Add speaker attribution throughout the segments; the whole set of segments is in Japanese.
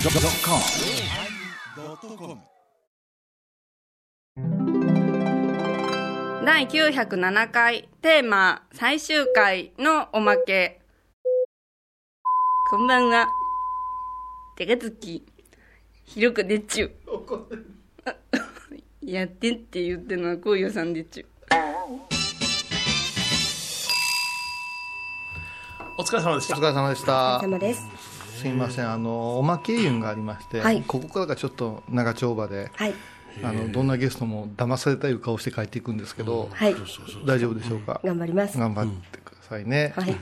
Speaker 1: YONNIRI.com
Speaker 2: 第907回テーマ最終回のおまけ。こんばんは。手がつき、広くでっちゅ。 やってって言ってのはこうよさんでっちゅ。
Speaker 3: お疲れ様でし
Speaker 4: お
Speaker 3: た
Speaker 4: 疲。れ様でした。
Speaker 5: 様です。
Speaker 4: すいません、あのおまけ運がありまして、
Speaker 5: はい
Speaker 4: ここからがちょっと長丁場で、
Speaker 5: はい。
Speaker 4: あのどんなゲストも騙されたいう顔して帰っていくんですけど、
Speaker 5: はい。
Speaker 4: 大丈夫でしょうか。
Speaker 5: 頑張ります。
Speaker 4: 頑張ってくださいね。
Speaker 5: はい。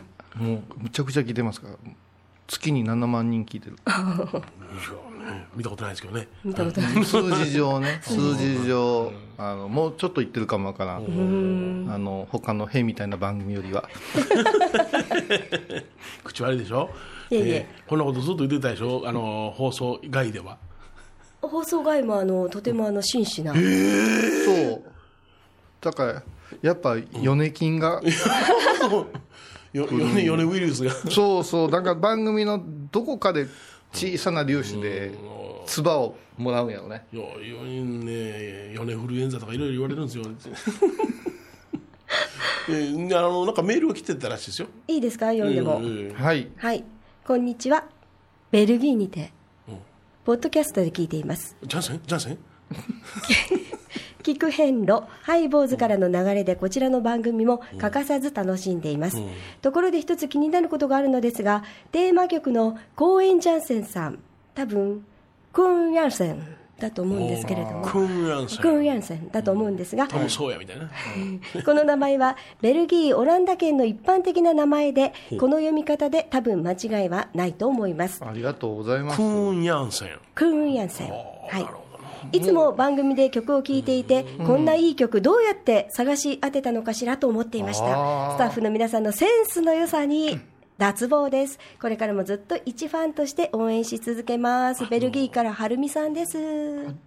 Speaker 4: もうむちゃくちゃ聞いてますから、月に7万人聞い てる。
Speaker 3: 見たことないですけどね。
Speaker 5: 見たことない。
Speaker 4: 数字上ね、数字上、あのもうちょっと言ってるかもわからん。あの他のへみたいな番組よりは、
Speaker 3: 口悪いでしょ。
Speaker 5: いえいえ
Speaker 3: こんなことずっと言ってたでしょ。あの放送外では。
Speaker 5: 放送外もあの、とてもあの、真摯な。
Speaker 4: そう。だからやっぱ米金が。
Speaker 3: よよねよねウイルスが。
Speaker 4: そうそう、だから番組のどこかで小さな粒子で、唾をもらうんやろね。
Speaker 3: よよねよねフルエンザとかいろいろ言われるんです よ。えあのなんかメールが来てたらしいですよ。
Speaker 5: いいですか読んでも。
Speaker 3: ええ
Speaker 4: はい。
Speaker 5: はい。こんにちは。ベルギーにて、ポッドキャストで聞いています。
Speaker 3: ジャンセンジャンセン。
Speaker 5: 聞く遍路、ハイボーズからの流れでこちらの番組も欠かさず楽しんでいます。ところで一つ気になることがあるのですが、テーマ曲のコーエン・ジャンセンさん、多分、クーン・ヤンセンだと思うんですけれども、
Speaker 3: クンランセン。
Speaker 5: クーン・ヤンセンだと思うんですが、
Speaker 3: 多分そうやみたいな。
Speaker 5: この名前はベルギー、オランダ圏の一般的な名前で、この読み方で多分間違いはないと思います。
Speaker 4: ありがとうございま
Speaker 3: ク
Speaker 4: す。
Speaker 3: ンヤンセン。
Speaker 5: クーンヤンセン。はい。いつも番組で曲を聴いていて、こんないい曲どうやって探し当てたのかしらと思っていました。
Speaker 4: あー
Speaker 5: スタッフの皆さんのセンスの良さに脱帽です。これからもずっと一ファンとして応援し続けます。ベルギーからはるみさんです。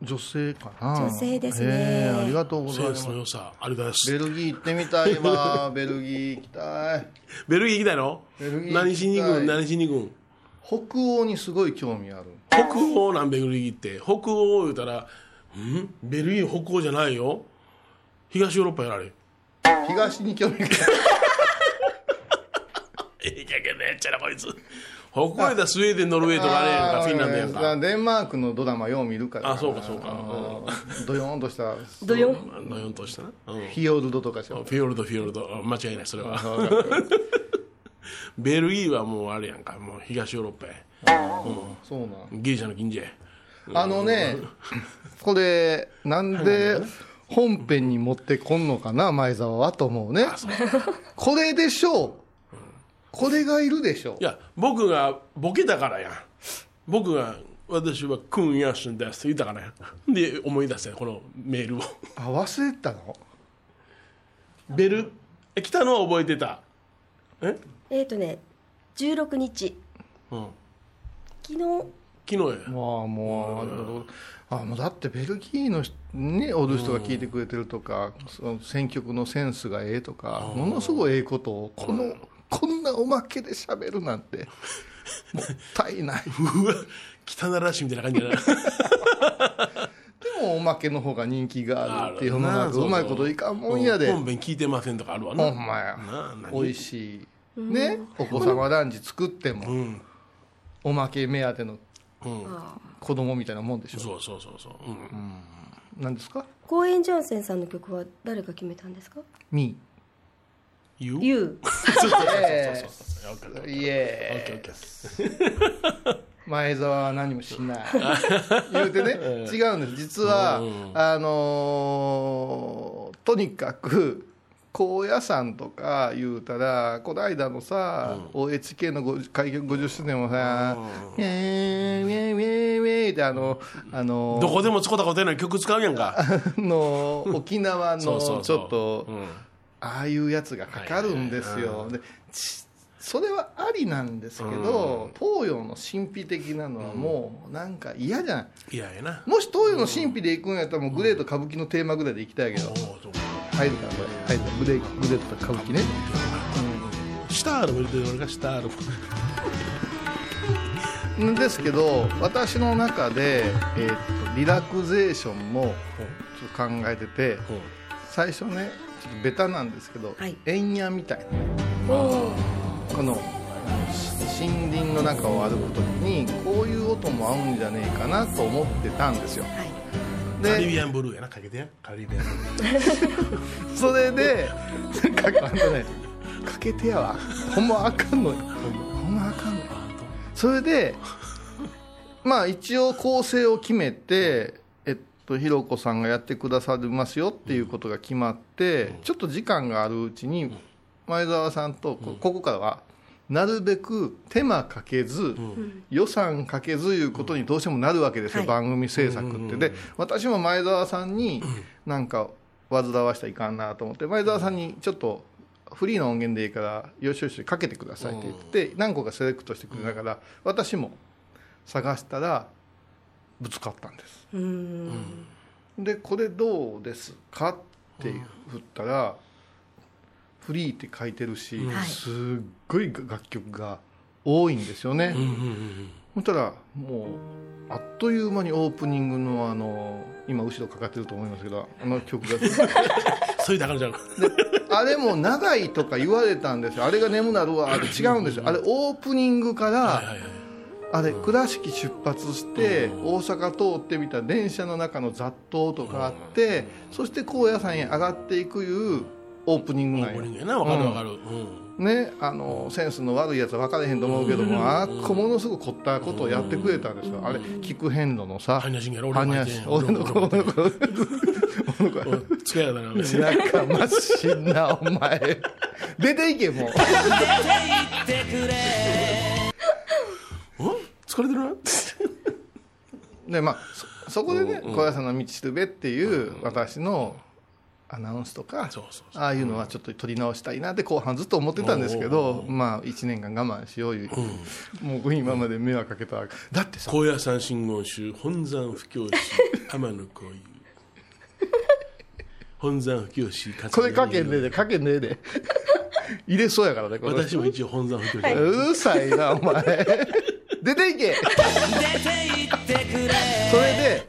Speaker 4: 女性かな
Speaker 5: 女性ですね
Speaker 4: ええありがとうござい
Speaker 3: セ
Speaker 4: ま
Speaker 3: ンス
Speaker 4: す
Speaker 3: の。良さありがとうございます。
Speaker 4: ベルギー行ってみたい、 今。ベルギー行きたい。
Speaker 3: ベルギー行きたいの
Speaker 4: ベルギー行きたい
Speaker 3: 何しに行くん何しに行くん
Speaker 4: 北欧にすごい興味ある。
Speaker 3: 北欧なんベルギーって北欧言うたらんベルギー北欧じゃないよ東ヨーロッパやられ
Speaker 4: 東に興味がある。
Speaker 3: ええ加減なやっちゃなこいつ北欧やったらスウェーデンノルウェーとかねなんかフィンランドやん
Speaker 4: あ
Speaker 3: か
Speaker 4: ーデンマークのドラマよう見るから。
Speaker 3: あそうかそうか
Speaker 4: ドヨーンとした、
Speaker 5: どよん。
Speaker 3: うんのよんとしたな、うん、フ
Speaker 4: フィヨルドとかしょ。
Speaker 3: ィヨルドフィヨルドうん間違いないそれは ベルギーはもうあれやんかもう東ヨーロッパや
Speaker 4: そうなん。
Speaker 3: ギリシャの近所や
Speaker 4: あのね、これ、なんで本編に持ってこんのかな、前澤はと思うね。これでしょう。これがいるでしょ
Speaker 3: いや僕がボケたからやん僕が私はクンヤンシュンですって言ったからやんで思い出したよこのメールを
Speaker 4: う。あ、忘れてたの
Speaker 3: ベルえ来たのは覚えてたえ
Speaker 5: えっ、ー、とね、16日、
Speaker 3: うん
Speaker 5: 昨日、
Speaker 3: 昨日や
Speaker 4: まあもう、あのあもうだってベルギーの人におる人が聞いてくれてるとか、その選曲のセンスがええとか、ものすごいええことを、この、こんなおまけで喋るなんて、もったいない。
Speaker 3: うわ汚らしいみたいな感じやな
Speaker 4: でもおまけの方が人気 があるっていう世の
Speaker 3: なあ
Speaker 4: 中、うまいこといかんもんやで。
Speaker 3: 本編聞いてませんとかあるわな
Speaker 4: ほんま
Speaker 3: な
Speaker 4: や
Speaker 3: あ。何
Speaker 4: 美味しい。ね、お子様ランチ作っても、
Speaker 3: うん
Speaker 4: おまけ目当ての
Speaker 3: うん
Speaker 4: 子供みたいなもんでしょ。
Speaker 3: そうそうそうそう、うん、
Speaker 4: なんですか
Speaker 5: コーエン・ジョンセンさんの曲は誰が決めたんですか
Speaker 4: ミ
Speaker 3: You?
Speaker 5: ユー。
Speaker 3: そうそうそう
Speaker 4: え
Speaker 3: そうそうオッケー
Speaker 4: ー。イ
Speaker 3: オッ
Speaker 4: エ
Speaker 3: ケーオ
Speaker 4: ー
Speaker 3: ッ
Speaker 4: イ。
Speaker 3: ケー
Speaker 4: 前澤は何もし ない。言うてね、違うんです。実は、あのーとにかく、高野山とか言うたら、こないだのさ、OHK のご開局50周年もさ、ウェーイウェーイウェーイウェーイってあの、あのー
Speaker 3: どこでも使ったことない曲使うやんか
Speaker 4: の沖縄のち
Speaker 3: そうそ
Speaker 4: ょ
Speaker 3: うそう
Speaker 4: っと
Speaker 3: うん
Speaker 4: ああいうやつがかかるんです
Speaker 3: はいはい
Speaker 4: よでちそれはありなんですけど、東洋の神秘的なのはもうなんか嫌じゃない
Speaker 3: いややな
Speaker 4: もし東洋の神秘で行くんやったらもうグレート歌舞伎のテーマぐらいで行きたいけど、
Speaker 3: おーそう
Speaker 4: 入るからこれ入るからグレーグレート歌舞伎ね
Speaker 3: シタールも入れてる俺がシタールも
Speaker 4: んですけど私の中で、えー、とリラクゼーションもちょっと考えてて最初ねちょっとベタなんですけど、
Speaker 5: はい
Speaker 4: 円屋みたいな
Speaker 5: お
Speaker 4: この森林の中を歩く時にこういう音も合うんじゃねえかなと思ってたんですよ
Speaker 3: カリ
Speaker 4: で
Speaker 3: ビアンブルーやなかけてやカリビアンブルー
Speaker 4: それでかあのねかけてやわほんまあかんのよほんまあかんのよそれでまあ一応構成を決めてえっとひろこさんがやってくださりますよっていうことが決まってちょっと時間があるうちに前澤さんとこここからはなるべく手間かけず予算かけずいうことにどうしてもなるわけですよ
Speaker 5: はい
Speaker 4: 番組制作ってで私も前澤さんになんか煩わしたらいかんなと思って前澤さんにちょっとフリーの音源でいいからよしよしかけてくださいって言って何個かセレクトしてくれながら私も探したらぶつかったんです
Speaker 5: うーん
Speaker 4: でこれどうですかって振ったら「フリー」って書いてるし、
Speaker 5: はい
Speaker 4: すっごい楽曲が多いんですよね、
Speaker 3: うんうんうん
Speaker 4: そしたらもうあっという間にオープニングのあの今後ろかかってると思いますけどあの曲が
Speaker 3: そういうだからじゃん
Speaker 4: あれも長いとか言われたんですよあれが眠なるわって違うんですよあれオープニングから、
Speaker 3: はいはいはい
Speaker 4: あれ倉敷出発して大阪通ってみた電車の中の雑踏とかあってそして高野山へ上がっていくいうオープニング
Speaker 3: オ
Speaker 4: な
Speaker 3: ー
Speaker 4: ん
Speaker 3: プニン
Speaker 4: よ
Speaker 3: グやなわかるわかるうん
Speaker 4: ねあのセンスの悪いやつは分からへんと思うけどもあっこものすごく凝ったことをやってくれたんですよあれ菊遍路のさ
Speaker 3: 般若心経やろ
Speaker 4: 般若心俺の子俺の子俺の子
Speaker 3: つけやだな俺
Speaker 4: 仲間しんなお前出ていけもう
Speaker 3: うん疲れてるな
Speaker 4: でまあそそこでね「小屋さんの道しるべ」っていう私のアナウンスとか
Speaker 3: そうそう
Speaker 4: ああいうのはちょっと取り直したいなって後半ずっと思ってたんですけどまあ1年間我慢しよういうもう今まで迷惑かけたわけだってさ
Speaker 3: 高野山真言宗本山布教師天野幸雄本山布教師
Speaker 4: これかけんねえでかけんねえで入れそうやからねこの人
Speaker 3: 私も一応本山布教師、
Speaker 4: うるさいなお前出ていけそれで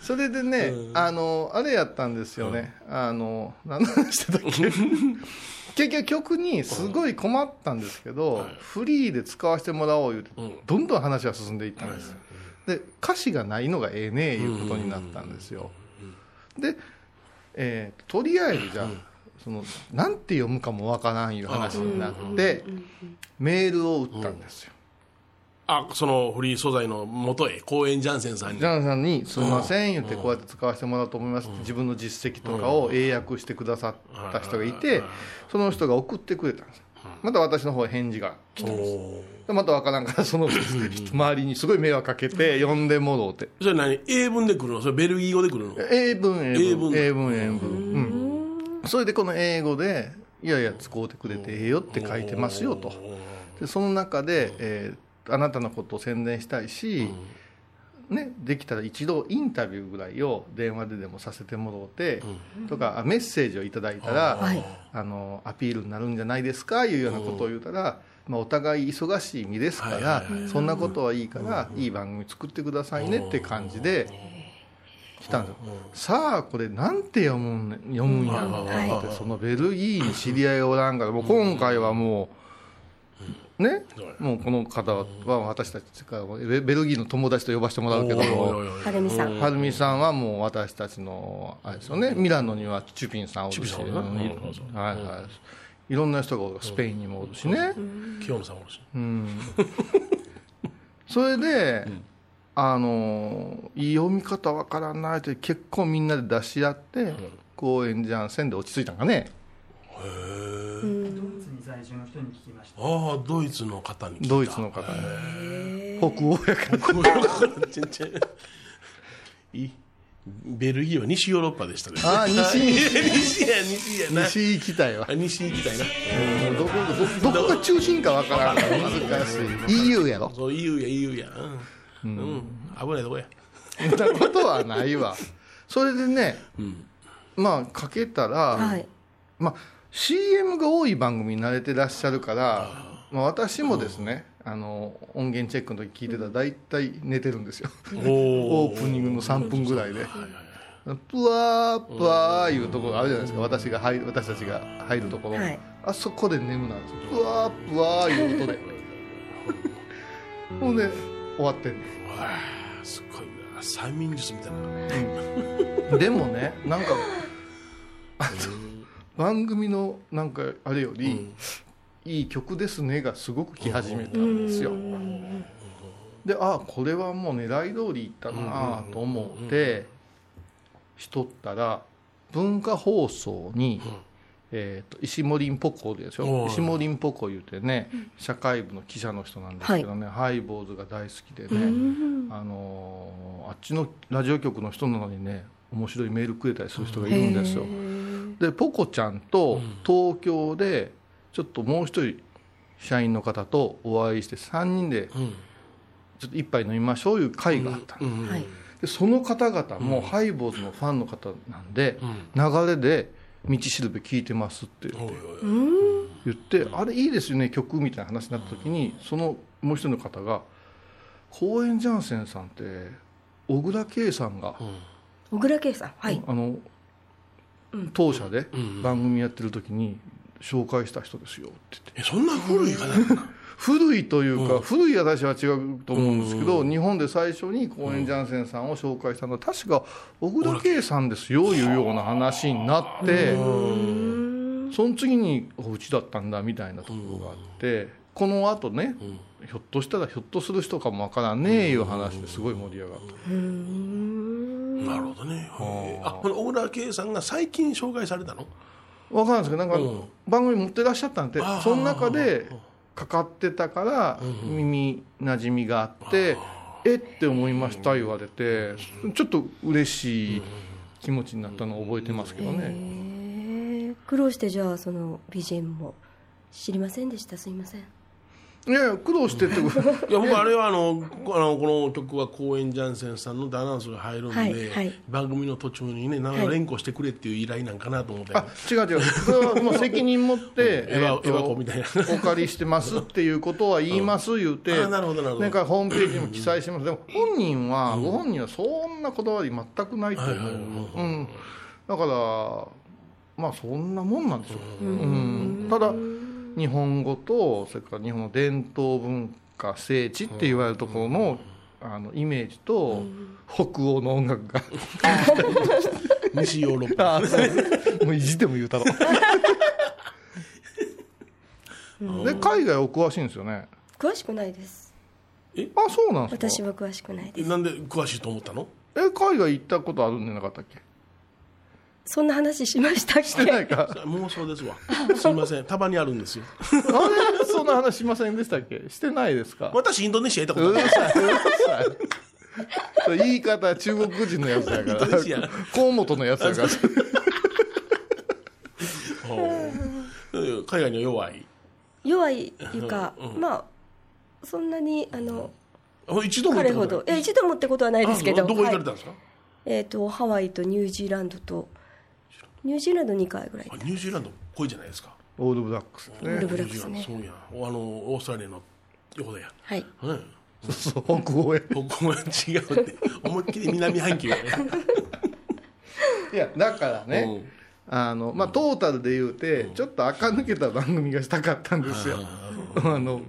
Speaker 4: それでね、あのあれやったんですよね、あの何の話してたっけ結局曲にすごい困ったんですけど、フリーで使わせてもらおう言うて、
Speaker 3: ん
Speaker 4: どんどん話は進んでいったんです、で歌詞がないのがええねえいうことになったんですよ、で、えーとりあえずじゃあ、そのなんて読むかもわからんいう話になって、メールを打ったんですよ、
Speaker 3: あそのフリー素材の元へ公園ジャンセンさんに
Speaker 4: ジャンさんに「すいません」言ってこうやって使わせてもらおうと思いますって自分の実績とかを英訳してくださった人がいてその人が送ってくれたんですよまた私の方へ返事が来
Speaker 3: お
Speaker 4: て
Speaker 3: ー
Speaker 4: でまたわからん からその人周りにすごい迷惑かけて呼んでもろうて
Speaker 3: それ何英文で来るのそれベルギー語で来るの
Speaker 4: 英文英文英
Speaker 3: 英
Speaker 4: 文英文うんそれでこの英語で「いやいや使うてくれてええよ」って書いてますよとでその中で、えーあなたのことを宣伝したいし、ね、できたら一度インタビューぐらいを電話ででもさせてもろうて、とかあメッセージをいただいたら、
Speaker 5: はい
Speaker 4: あのアピールになるんじゃないですかいうようなことを言うたら、まあ、お互い忙しい身ですから、
Speaker 3: はいはい
Speaker 4: そんなことはいいから、いい番組作ってくださいねって感じで来たんですよ、さあこれなんて読むんね読むんやろうなってそのベルギーに知り合いおらんからもう今回はもうねもうこの方は私たちからもベベルギーの友達と呼ばせてもらうけど
Speaker 3: おいお
Speaker 4: も
Speaker 3: いおい
Speaker 5: はるみさん
Speaker 4: はるみさんはもう私たちのあれですよねミラノにはチュピンさんおる
Speaker 3: チ
Speaker 4: し
Speaker 3: ュピンさんおるな
Speaker 4: うん
Speaker 3: そうそう
Speaker 4: はいはいいろんな人がおるスペインにもおるしね
Speaker 3: 清野さんおるし
Speaker 4: それで、あのーいい読み方わからないって結構みんなで出し合って、公園じゃんせんで落ち着いたんかね
Speaker 1: ドイツに在住の人に聞きました
Speaker 3: ああドイツの方に聞いた
Speaker 4: ドイツの方に北欧やから
Speaker 3: ごめんなさいちんちんいベルギーは西ヨーロッパでしたね
Speaker 4: ああ西
Speaker 3: 西や西やな
Speaker 4: 西行きたいわ
Speaker 3: あ西行きたいな
Speaker 4: どこどどこが中心かわからんから難しい EU やろ
Speaker 3: そう EU や EU やうん、うん、危ないとこや
Speaker 4: そんなことはないわそれでね、まあかけたら、
Speaker 5: はい
Speaker 4: まあ CM が多い番組に慣れてらっしゃるからまあ、私もですね、あの音源チェックの時聞いてたら大体寝てるんですよ、
Speaker 3: お
Speaker 4: オープニングの3分ぐらいで。プワープワーいうところがあるじゃないですか私が入る私たちが入るところ、
Speaker 5: はい
Speaker 4: あそこで眠なんですよプワープワーいう 音でほんで終わってんね
Speaker 3: あすごいな催眠術みたいな
Speaker 4: でもねなんかあの番組のなんかあれより、いい曲ですねがすごく来始めたんですよ、でああこれはもう狙い通りいったなあと思ってしとったら文化放送に、えー、と石森んぽこでし
Speaker 3: お
Speaker 4: ょ
Speaker 3: う
Speaker 4: 石森んぽこ言うてね社会部の記者の人なんですけどね、ハイボーズが大好きでね、あのーあっちのラジオ局の人なのにね面白いメールくれたりする人がいるんですよ。でポコちゃんと東京でちょっともう一人社員の方とお会いして3人で
Speaker 3: うん
Speaker 4: ちょっと一杯飲みましょういう会があったの、
Speaker 3: うん
Speaker 5: はい
Speaker 4: でその方々もハイボーズのファンの方なんで、
Speaker 3: ん
Speaker 4: 流れで「道しるべ聞いてます」って
Speaker 3: おいおい
Speaker 4: 言って「あれいいですよね曲」みたいな話になった時にそのもう一人の方が「公園ジャンセンさんって小倉圭さんが、
Speaker 5: 小倉圭さんはい、
Speaker 4: あの当社で番組やってる時に紹介した人ですよ」って言って。
Speaker 3: えそんな古いかな
Speaker 4: 古いというか、古い私は違うと思うんですけど、日本で最初に公園ジャンセンさんを紹介したのは確か小倉圭さんですよいうような話になってその次におうちだったんだみたいなところがあって、このあとね、ひょっとしたらひょっとする人かもわからんねえいう話ですごい盛り上がった、
Speaker 3: なるほどねあこの小倉圭さんが最近紹介されたの
Speaker 4: わからんですけどなんか番組持ってらっしゃったんで
Speaker 3: あー
Speaker 4: その中でかかってたから耳なじみがあってえって思いました言われてちょっと嬉しい気持ちになったのを覚えてますけどね
Speaker 5: へえ苦労してじゃあその BGM も知りませんでしたすいません
Speaker 4: いやいや苦労してって
Speaker 3: いや僕あれはあのこあのこの曲は公園ジャンセンさんのダナウンスが入るんで、
Speaker 5: はいはい
Speaker 3: 番組の途中にね長連呼してくれっていう依頼なんかなと思って、
Speaker 4: あ違う違うそれはもう責任持って
Speaker 3: エヴァ
Speaker 4: と
Speaker 3: エヴァ子みたいな
Speaker 4: お借りしてますっていうことは言います言うて
Speaker 3: うんあなるほどなるほど
Speaker 4: んかホームページにも記載してますでも本人はご本人はそんなこだわり全くないと思ううんだからまあそんなもんなんですようんただ日本語とそれから日本の伝統文化聖地って言われるところのあのイメージと北欧の音楽 が
Speaker 3: 西ヨーロッパ
Speaker 4: あそうもう意地でも言 うたろで海外お詳しいんですよね
Speaker 5: 詳しくないです
Speaker 4: あそうなんですか
Speaker 5: 私は詳しくないです
Speaker 3: なんで詳しいと思ったの
Speaker 4: え海外行ったことあるんじゃなかったっけ
Speaker 5: そんな話しましたっ
Speaker 4: して
Speaker 5: け
Speaker 4: ないか
Speaker 3: 妄想ですわすいませんたまにあるんですよ
Speaker 4: あれそんな話しませんでしたっけしてないですか
Speaker 3: 私インドネシア行ったこと
Speaker 4: う
Speaker 3: ない
Speaker 4: るさいうるさいそれ言い方は中国人のやつだか
Speaker 3: インドネシア
Speaker 4: ら河本のやつだから
Speaker 3: うん海外には弱い
Speaker 5: 弱いいうか、まあそんなにあの
Speaker 3: あ一度も行っ
Speaker 5: 彼
Speaker 3: たこ
Speaker 5: ほ
Speaker 3: と
Speaker 5: ど
Speaker 3: ない
Speaker 5: いや一度もってことはないですけ
Speaker 3: あ
Speaker 5: ど
Speaker 3: そうどこ行かれたん
Speaker 5: はい
Speaker 3: ですか、
Speaker 5: えっ、とハワイとニュージーランドとニュージーランド2回ぐらい行っ
Speaker 3: あニュージーランド濃いじゃないですか
Speaker 4: オールブラックス
Speaker 5: オール
Speaker 4: ね
Speaker 5: ブラックスね
Speaker 3: ニュージーランドそうやあのオーストラリアの横だや
Speaker 5: たはい
Speaker 3: うん
Speaker 4: そう北欧へ
Speaker 3: 僕も違うって思いっきり南半球やね
Speaker 4: いやだからねあのまあトータルで言うてちょっと垢抜けた番組がしたかったんですよあの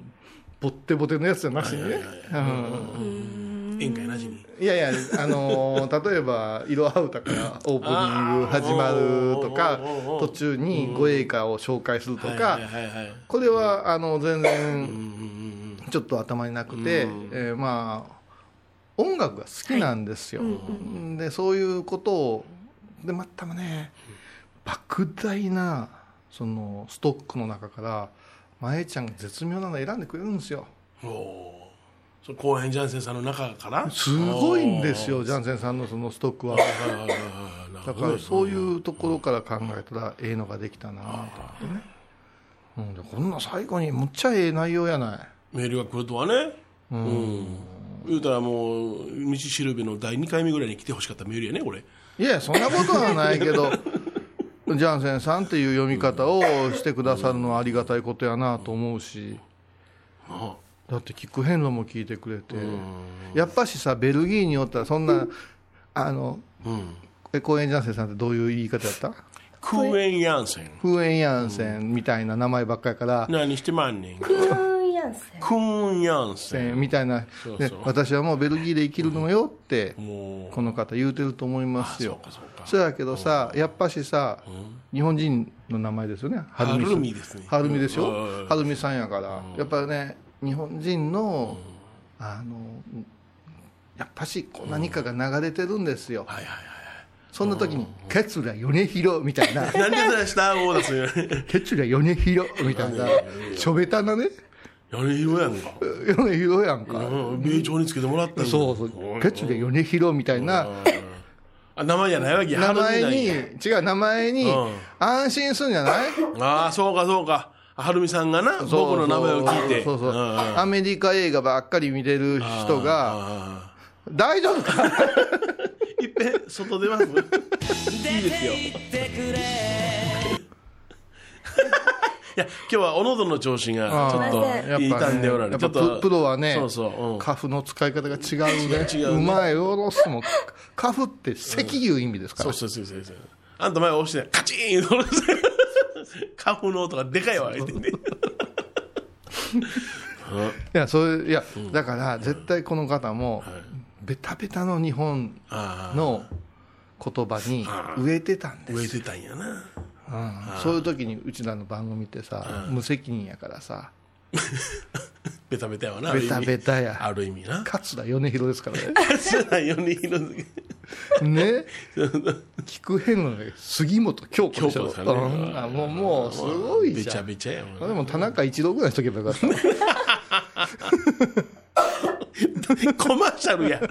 Speaker 4: ボッテボテのやつじゃなしにねうん
Speaker 3: 宴会なしに
Speaker 4: いやいや、あのー例えば、色合うたからオープニング始まるとか
Speaker 3: あーおーおーおーおー、
Speaker 4: 途中に護衛歌を紹介すると
Speaker 3: はい
Speaker 4: か、
Speaker 3: はいはいはい
Speaker 4: これは、あの、全然、ちょっと頭になくて、えーまあ、音楽が好きなんですよ。で、そういうことを、で、またね、莫大な、その、ストックの中から、まえちゃんが絶妙なの選んでくれるんですよ。
Speaker 3: おおーそれ公園ジャンセンさんの中から
Speaker 4: すごいんですよ、ジャンセンさんのそのストックは。
Speaker 3: はいはいはいはいなるほ
Speaker 4: だか
Speaker 3: どね
Speaker 4: らそういうところから考えたらええのができたなと思ってね、うん、でこんな最後にむっちゃええ内容やない
Speaker 3: メールが来るとはねうん言うたらもう道しるべの第2回目ぐらいに来てほしかったメールやねこれ
Speaker 4: いやそんなことはないけ どジャンセンさんっていう読み方をしてくださるのはありがたいことやなと思うし
Speaker 3: あ
Speaker 4: だって聞く変路も聞いてくれてやっぱしさベルギーにおったらそんな、あの
Speaker 3: うん
Speaker 4: え公園ジャンセンさんってどういう言い方やった
Speaker 3: クーエンヤンセン
Speaker 4: フエンヤンセンみたいな名前ばっかりから、
Speaker 3: 何してまんねんク
Speaker 5: クーンヤンセン
Speaker 3: ーンヤンセ
Speaker 4: えー
Speaker 3: ン
Speaker 4: みたいな
Speaker 3: そう
Speaker 4: ね
Speaker 3: そう
Speaker 4: 私はもうベルギーで生きるのよって、
Speaker 3: も
Speaker 4: この方言うてると思いま
Speaker 3: う
Speaker 4: す
Speaker 3: そう
Speaker 4: よ
Speaker 3: かそうか
Speaker 4: そやけどさやっぱしさ、日本人の名前ですよね
Speaker 3: は
Speaker 4: さ
Speaker 3: る
Speaker 4: ん
Speaker 3: みですね
Speaker 4: はるみでしょ、
Speaker 3: うん
Speaker 4: はるみさんやから、やっぱりね日本人の、あのやっぱしこう何かが流れてるんですよ、
Speaker 3: はいはい
Speaker 4: そんな時に「桂米広」みたいな
Speaker 3: はいなんで下を出すよ
Speaker 4: 「桂米広」みたいなちょべたなね
Speaker 3: 米広やんか
Speaker 4: 米広やんか、
Speaker 3: うん米朝につけてもらったんだ
Speaker 4: そうそう「桂米広」みたいな
Speaker 3: あ名前じゃないわけや
Speaker 4: 名前
Speaker 3: はるみ
Speaker 4: に
Speaker 3: なんや
Speaker 4: 違う名前に
Speaker 3: うん
Speaker 4: 安心するんじゃない
Speaker 3: ああそうかそうかはるみさんがな僕の名前を聞いて
Speaker 4: そうそう
Speaker 3: うんうん
Speaker 4: アメリカ映画ばっかり見てる人が
Speaker 3: ああ
Speaker 4: 「大丈夫か?
Speaker 3: いっぺん外出ますいいですよいや今日はお喉の調子がちょっ
Speaker 5: あー
Speaker 3: と痛んでおられ」る
Speaker 4: やっ
Speaker 3: ちょ
Speaker 4: ぱ
Speaker 3: っと
Speaker 4: ププロはね
Speaker 3: そうそう、うん
Speaker 4: カフの使い方が違うね
Speaker 3: 違うね
Speaker 4: うまいおろすもカフって咳いう意味ですか
Speaker 3: そ
Speaker 4: ら
Speaker 3: うそうそうそうそうあんた前押してカチーンと押してカフの音がでかいわ言ってね
Speaker 4: いやそれいやだから絶対この方もベタベタの日本
Speaker 3: ああ
Speaker 4: の言葉に植えてたんです
Speaker 3: 植えてたんやな
Speaker 4: うんそういう時にうちらの番組ってさ、無責任やからさ
Speaker 3: ベタベタやわな
Speaker 4: ベタベタや
Speaker 3: ある意味な
Speaker 4: 桂米広ですから
Speaker 3: 知らんよね色づけ
Speaker 4: ねね聞く変のね杉本京子でしょ
Speaker 3: 京子さんね
Speaker 4: うんあもうもうすごい
Speaker 3: べ
Speaker 4: じ
Speaker 3: ち
Speaker 4: ゃ
Speaker 3: ゃ
Speaker 4: ん
Speaker 3: べちゃや
Speaker 4: で
Speaker 3: わな
Speaker 4: も田中一郎ぐらいにしとけばよかった
Speaker 3: コマーシャルや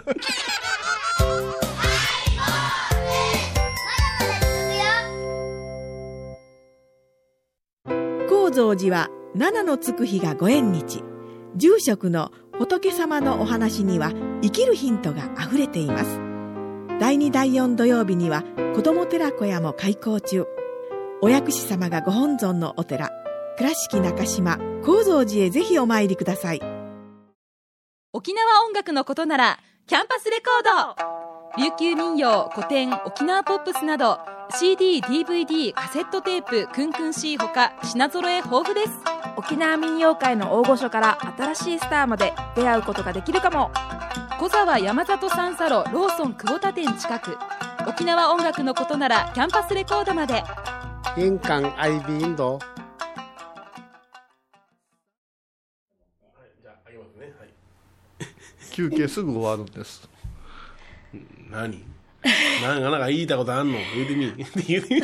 Speaker 1: 高蔵寺は七のつく日がご縁日住職の仏様のお話には生きるヒントがあふれています第2第4土曜日には子ども寺小屋も開校中お薬師様がご本尊のお寺倉敷中島・高蔵寺へぜひお参りください
Speaker 6: 沖縄音楽のことならキャンパスレコード琉球民謡古典沖縄ポップスなど CDDVD カセットテープクンクン C ほか品揃え豊富です
Speaker 7: 沖縄民謡界の大御所から新しいスターまで出会うことができるかも
Speaker 6: 小沢山里三佐路ローソン久保田店近く沖縄音楽のことならキャンパスレコードまで
Speaker 8: 玄関アイビーインド
Speaker 4: 休憩すぐ終わるんです
Speaker 3: 何なんかなんか言いたことあんの言うてみ 言うてみ
Speaker 5: い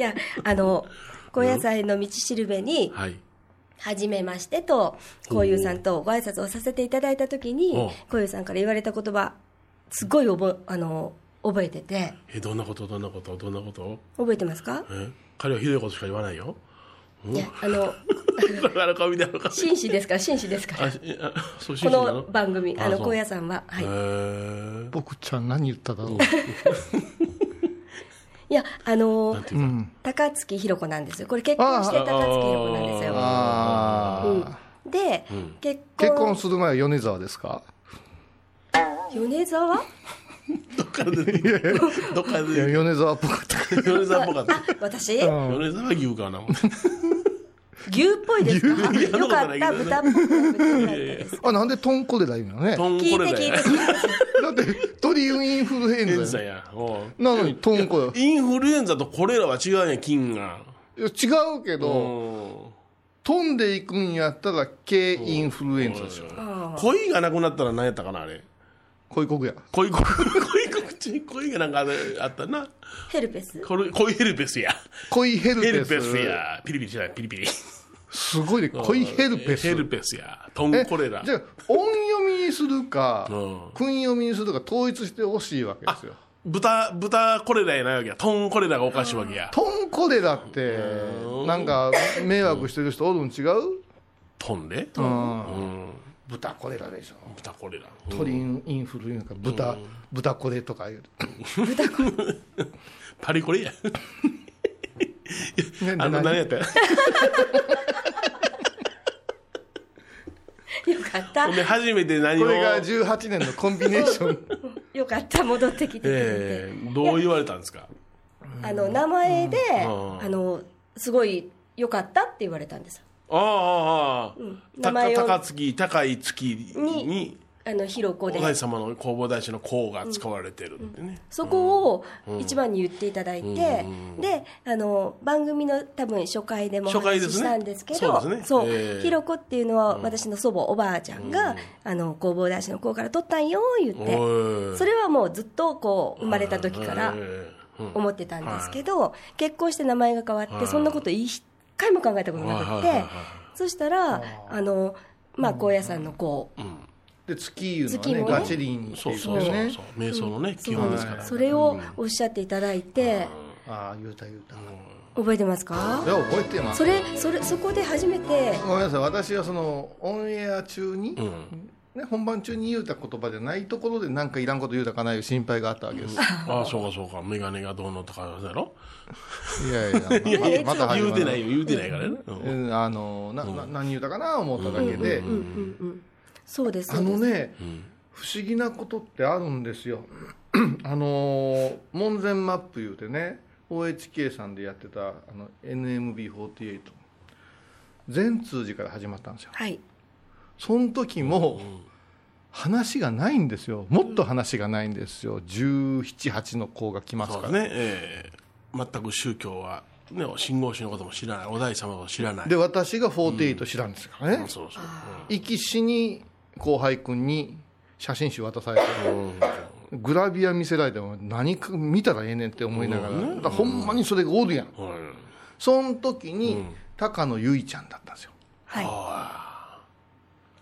Speaker 5: やあの高野菜の道しるべに
Speaker 3: はい
Speaker 5: はじめましてと、こういうさんとご挨拶をさせていただいたときに
Speaker 3: おう、
Speaker 5: こういうさんから言われた言葉、すごい覚え、あの、覚えてて、
Speaker 3: えどんなことどんなことどんなこと
Speaker 5: 覚えてますか
Speaker 3: え彼はひどいことしか言わないよ
Speaker 5: いや、あの、
Speaker 3: これあの顔見てあるか
Speaker 5: 紳士ですから、紳士ですから
Speaker 3: あ。しあそう信
Speaker 5: こ
Speaker 3: じた
Speaker 5: の番組、あの、
Speaker 3: そう
Speaker 5: 高野さんは、はい
Speaker 3: へ。ー
Speaker 4: 僕ちゃん何言っただろう、
Speaker 5: いや、あの
Speaker 3: なん、て
Speaker 4: う、
Speaker 3: いうん
Speaker 5: 高槻ひろ子なんですよ。これ結婚して
Speaker 3: ああ
Speaker 5: 高槻ひろ子なんですよ。
Speaker 4: ああ、
Speaker 5: で
Speaker 3: ん、
Speaker 5: 結
Speaker 4: 結婚
Speaker 5: 婚、
Speaker 4: する前は米沢ですか
Speaker 5: 米沢
Speaker 3: かどっから出てきたどっから
Speaker 4: いや
Speaker 3: 出て
Speaker 4: 米沢っぽかった
Speaker 3: きた米沢っぽかった
Speaker 5: あ、私
Speaker 3: 米沢牛かなもんね
Speaker 5: 牛っぽいですか
Speaker 3: 牛いや
Speaker 5: よかった、
Speaker 3: そん
Speaker 5: 豚
Speaker 3: な
Speaker 5: っぽく豚っぽかったです。
Speaker 4: あなんでトンコレだ今ね
Speaker 3: トン
Speaker 5: 聞
Speaker 3: コレ
Speaker 5: いて
Speaker 3: だ
Speaker 5: 聞い
Speaker 3: よ
Speaker 5: て聞いて。
Speaker 4: だって鳥インフルエ
Speaker 3: インフル
Speaker 4: ンザ
Speaker 3: エンザ
Speaker 4: や
Speaker 3: やおう
Speaker 4: なのにトンコレ
Speaker 3: インフルエンザとコレラは違うんや菌が
Speaker 4: いや違うけ
Speaker 3: う
Speaker 4: ど
Speaker 3: ん
Speaker 4: 飛んでいくんやったら軽インフルエンザですよ
Speaker 3: 恋がなくなったら何やったかなあれ
Speaker 4: 恋国や
Speaker 3: 恋国恋国ち恋がなんかあれあったな
Speaker 5: ヘルペス
Speaker 3: これ恋ヘルペスや
Speaker 4: 恋ヘル
Speaker 3: ヘ
Speaker 4: ペ
Speaker 3: ル
Speaker 4: ス
Speaker 3: ペスやピリピリしないピリピリ
Speaker 4: すごいね恋ヘルペス
Speaker 3: ヘルペスやト
Speaker 4: え
Speaker 3: ンコレラ
Speaker 4: じゃあ音読みにするか
Speaker 3: うん
Speaker 4: 訓読みにするか統一してほしいわけですよ
Speaker 3: 豚豚コレラやないわけやトンコレラがおかしいわけや
Speaker 4: トンコレラってなんか迷惑してる人おるん違う
Speaker 3: トンレ
Speaker 4: うん豚コレラでしょ
Speaker 3: 豚コレラ
Speaker 4: 鳥インフルエンザか豚豚コレとか言う
Speaker 3: パリコ レや
Speaker 4: ね
Speaker 3: あの
Speaker 4: 何
Speaker 3: 何やった
Speaker 5: よかった
Speaker 3: ほんで初めて何
Speaker 4: こ
Speaker 3: を
Speaker 4: れが18年のコンビネーシ ョン
Speaker 5: よかった戻ってきてくれて、
Speaker 3: ええどう言われたんですか
Speaker 5: あの名前で、
Speaker 3: うん
Speaker 5: あのすごいよかったって言われたんです
Speaker 3: ああああああ、
Speaker 5: ん
Speaker 3: た
Speaker 5: 名前を
Speaker 3: 高月高い月に
Speaker 5: にあのひろこ
Speaker 3: お
Speaker 5: で
Speaker 3: 大師様の弘法大師の功が使われてるってね、
Speaker 5: そこを一番に言っていただいて、
Speaker 3: うん
Speaker 5: であの番組の多分初回でもお
Speaker 3: 初回
Speaker 5: 話
Speaker 3: で
Speaker 5: し
Speaker 3: す
Speaker 5: し
Speaker 3: ね
Speaker 5: たんですけど
Speaker 3: そうですねえー
Speaker 5: ひろこっていうのは私の祖母、おばあちゃんが、あの弘法大師の子から取ったんよ言っ
Speaker 3: お
Speaker 5: て、
Speaker 3: い
Speaker 5: それはもうずっとこう生まれた時から
Speaker 3: ええうん
Speaker 5: 思ってたんですけど、結婚して名前が変わって、そんなこと一回も考えたことなくって、
Speaker 3: はいはいはいはい
Speaker 5: そしたらあのまあ高野山の子、
Speaker 4: で月いうのは
Speaker 5: 月
Speaker 4: ね
Speaker 5: もね
Speaker 4: ガチリンって
Speaker 3: そう
Speaker 4: いう
Speaker 3: そうそうそう、
Speaker 4: ね
Speaker 3: 瞑想のね、基
Speaker 5: そう
Speaker 3: 本ですから、
Speaker 5: それをおっしゃっていただいて、
Speaker 4: ああ言うた言うた
Speaker 5: 覚えてますか
Speaker 4: いや覚えてます
Speaker 5: それそれそこで初めて
Speaker 4: ごめんなさい私はそのオンエア中に、
Speaker 3: うん、
Speaker 4: ね、本番中に言うた言葉じゃないところでなんかいらんこと言うたかないう心配があったわけです、
Speaker 3: ああそうかそうか眼鏡がどうのとかだろ
Speaker 4: いやいや
Speaker 3: いやいや
Speaker 4: また始
Speaker 3: 言う
Speaker 4: ま
Speaker 3: て
Speaker 4: る
Speaker 3: ないよ言うてないからね、うん
Speaker 4: うん、あのな、な何言うたかな思っただけで、
Speaker 5: そうです
Speaker 4: あ
Speaker 5: そうで
Speaker 4: の
Speaker 5: す
Speaker 4: ね、不思議なことってあるんですよ あのー門前マップ言うてね OHK さんでやってたあの NMB48 全通寺から始まったんですよ
Speaker 5: はい
Speaker 4: その時も話がないんですよもっと話がないんですよ178の子が来ます
Speaker 3: そう
Speaker 4: か
Speaker 3: で
Speaker 4: ら
Speaker 3: すね、ええ全く宗教は、ね、信号宗のことも知らないお大師様を知らない
Speaker 4: で私が48知らんですからね、
Speaker 3: そうそう、
Speaker 4: 生き死に後輩君に写真集渡されて、グラビア見せられても何か見たらええねんって思いながら,、だからほんまにそれがおるやん、
Speaker 3: うんはい
Speaker 4: そん時に、高野結衣ちゃんだったんですよ
Speaker 5: はいあ